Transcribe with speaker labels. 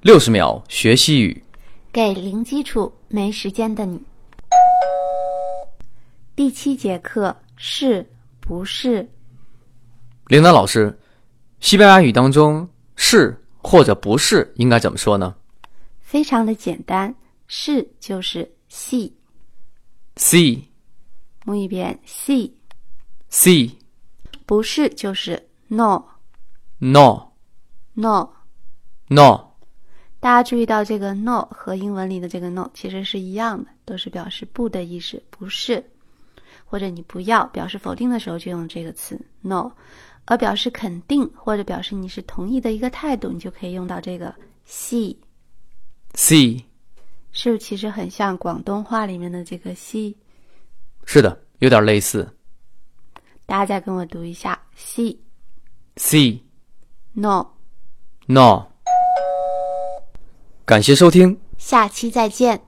Speaker 1: 六十秒学西语。
Speaker 2: 给零基础没时间的你。第七节课是不是
Speaker 1: 铃铛老师，西班牙语当中“是”或者“不是”应该怎么说呢
Speaker 2: 非常的简单？是就是系，
Speaker 1: ？C
Speaker 2: 母语边系，
Speaker 1: C
Speaker 2: 不是就是 no
Speaker 1: no
Speaker 2: no。
Speaker 1: no
Speaker 2: 大家注意到这个 no 和英文里的这个 no 其实是一样的，都是表示不的意思，不是，或者你不要表示否定的时候就用这个词 no，而表示肯定或者表示你是同意的一个态度，你就可以用到这个 si，
Speaker 1: C
Speaker 2: 是不是其实很像广东话里面的这个 si？
Speaker 1: 是的，有点类似。
Speaker 2: 大家再跟我读一下 si
Speaker 1: C
Speaker 2: no，
Speaker 1: no。感谢收听。
Speaker 2: 下期再见。